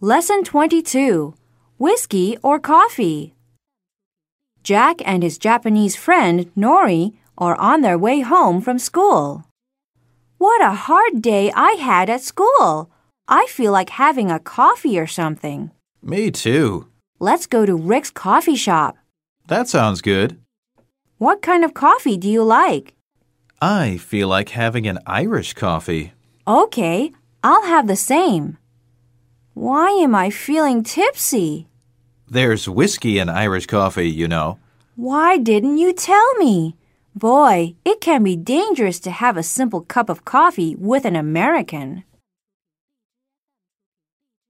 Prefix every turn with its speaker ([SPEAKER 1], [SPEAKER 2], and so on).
[SPEAKER 1] Lesson 22 Whiskey or Coffee? Jack and his Japanese friend, Nori, are on their way home from school. What a hard day I had at school! I feel like having a coffee or something.
[SPEAKER 2] Me too.
[SPEAKER 1] Let's go to Rick's coffee shop.
[SPEAKER 2] That sounds good.
[SPEAKER 1] What kind of coffee do you like?
[SPEAKER 2] I feel like having an Irish coffee.
[SPEAKER 1] Okay, I'll have the same. Why am I feeling tipsy?
[SPEAKER 2] There's whiskey in Irish coffee, you know.
[SPEAKER 1] Why didn't you tell me? Boy, it can be dangerous to have a simple cup of coffee with an American.